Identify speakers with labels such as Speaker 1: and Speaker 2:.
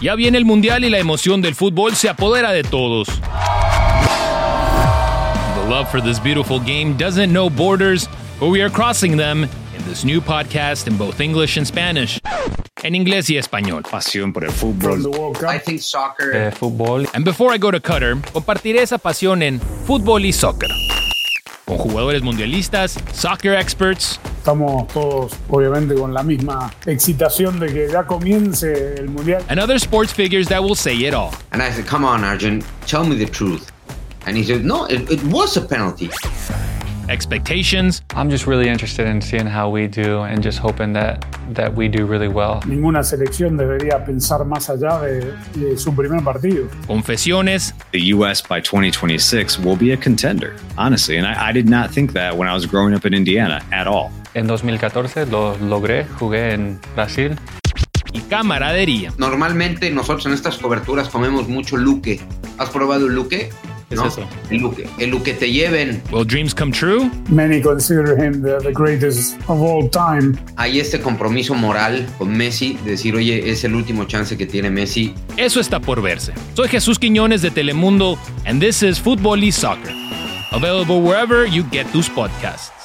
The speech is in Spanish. Speaker 1: Ya viene el Mundial y la emoción del fútbol se apodera de todos. The love for this beautiful game doesn't know borders, but we are crossing them in this new podcast in both English and Spanish. En inglés y español.
Speaker 2: Pasión por el fútbol.
Speaker 3: I think soccer.
Speaker 4: fútbol,
Speaker 1: And before I go to Qatar, compartiré esa pasión en fútbol y soccer. Con jugadores mundialistas, soccer experts,
Speaker 5: Estamos todos, obviamente, con la misma excitación de que ya comience el mundial.
Speaker 1: and other sports figures that will say it all.
Speaker 3: And I said, come on, Arjun, tell me the truth. And he said, no, it, it was a penalty.
Speaker 1: Expectations,
Speaker 4: I'm just really interested in seeing how we do and just hoping that that we do really well.
Speaker 5: Ninguna selección debería pensar más allá de, de su primer partido.
Speaker 1: confesiones,
Speaker 2: The U.S. by 2026 will be a contender, honestly. And I, I did not think that when I was growing up in Indiana at all.
Speaker 4: En 2014 lo logré, jugué en Brasil.
Speaker 1: y camaradería.
Speaker 3: Normalmente nosotros en estas coberturas comemos mucho luque. ¿Has probado el luque?
Speaker 4: ¿Qué es eso?
Speaker 3: El luque. El luque te lleven.
Speaker 1: Will dreams come true?
Speaker 5: Many consider him the, the greatest of all time.
Speaker 3: Hay este compromiso moral con Messi de decir, oye, es el último chance que tiene Messi.
Speaker 1: Eso está por verse. Soy Jesús Quiñones de Telemundo, and this is Fútbol y Soccer. Available wherever you get tus podcasts.